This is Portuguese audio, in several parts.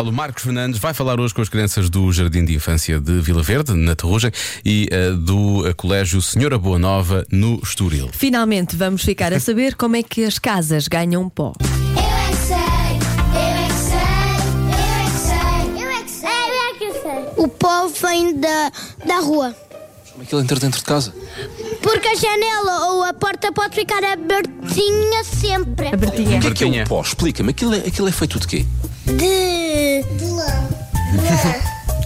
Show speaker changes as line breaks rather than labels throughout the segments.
Olha, o Marcos Fernandes vai falar hoje com as crianças do Jardim de Infância de Vila Verde, na Terrugem, e eh, do eh, Colégio Senhora Boa Nova, no Estoril.
Finalmente vamos ficar a saber como é que as casas ganham pó.
Eu é que sei, eu é que sei, eu é que sei, eu é que sei, eu é que sei. O pó vem da, da rua.
Como é que ele entra dentro de casa?
Porque a janela ou a porta pode ficar abertinha sempre.
O que é que é
Bertinha.
o pó? Explica-me. Aquilo é, aquilo é feito de quê?
De. De lã.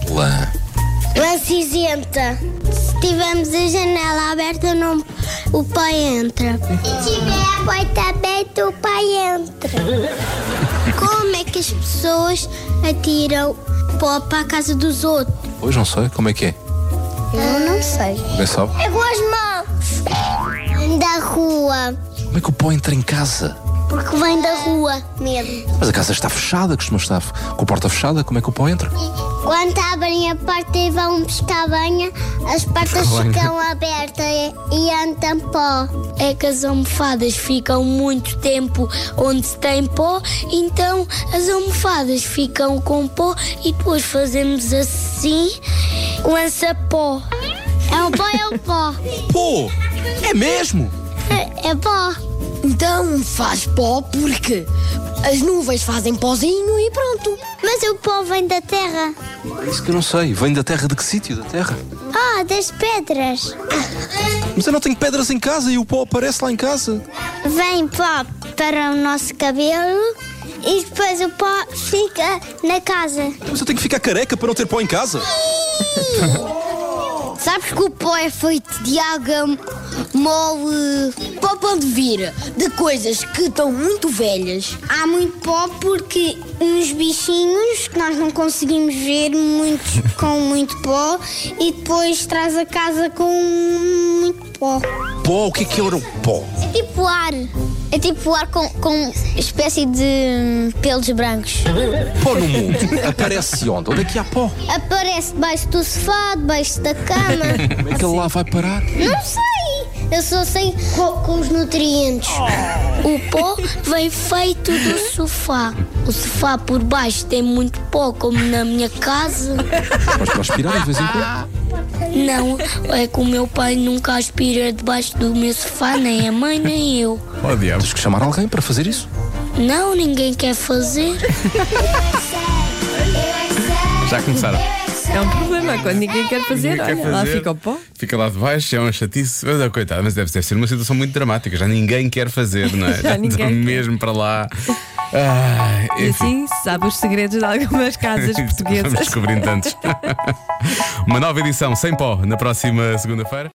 Lã.
Lã cinzenta. Se tivermos a janela aberta, não, o pai entra. Se tiver a porta aberta, o pai entra. Como é que as pessoas atiram pó para a casa dos outros?
Pois não sei. Como é que é?
Eu não sei.
Ninguém sabe.
É com as mãos. Da rua.
Como é que o pó entra em casa?
Porque vem da rua mesmo.
Mas a casa está fechada, costuma estar com a porta fechada. Como é que o pó entra?
Quando abrem a porta e vão buscar banha, as portas ficam abertas e, e entram pó. É que as almofadas ficam muito tempo onde se tem pó, então as almofadas ficam com pó e depois fazemos assim, lança pó. É o pó, é o pó.
Pó! É mesmo?
É, é pó.
Então faz pó porque as nuvens fazem pozinho e pronto.
Mas o pó vem da terra.
É Isso que eu não sei. Vem da terra de que sítio? Da terra?
Ah, das pedras.
Mas eu não tenho pedras em casa e o pó aparece lá em casa.
Vem pó para o nosso cabelo e depois o pó fica na casa.
Então, Mas eu tenho que ficar careca para não ter pó em casa?
Sabes que o pó é feito de água mole. Pó pode vir de coisas que estão muito velhas.
Há muito pó porque uns bichinhos que nós não conseguimos ver muitos com muito pó e depois traz a casa com muito pó.
Pó, o que é que era o pó?
É tipo ar. É tipo ar com, com espécie de hum, pelos brancos.
Pó no mundo. Aparece onde? Onde é que há pó?
Aparece debaixo do sofá, debaixo da cama.
Como é que ele lá vai parar?
Não sei! Eu só sei com, com os nutrientes. O pó vem feito do sofá. O sofá por baixo tem muito pó, como na minha casa.
Mas para aspirar de vez em quando.
Não, é que o meu pai nunca aspira debaixo do meu sofá, nem a mãe, nem eu.
Ah.
Oh, diabo.
Temos que chamar alguém para fazer isso.
Não, ninguém quer fazer.
Já começaram.
É um problema, quando ninguém quer fazer,
Ninguém quer
olha, lá
fazer.
fica o pó.
Fica lá de baixo, é uma chatice. Mas, oh, coitado, mas deve, deve ser uma situação muito dramática. Já ninguém quer fazer, não é?
Já ninguém
estão
quer.
mesmo para lá. Ah, enfim.
E assim se sabe os segredos de algumas casas
Vamos
portuguesas.
descobrindo tantos. uma nova edição sem pó na próxima segunda-feira.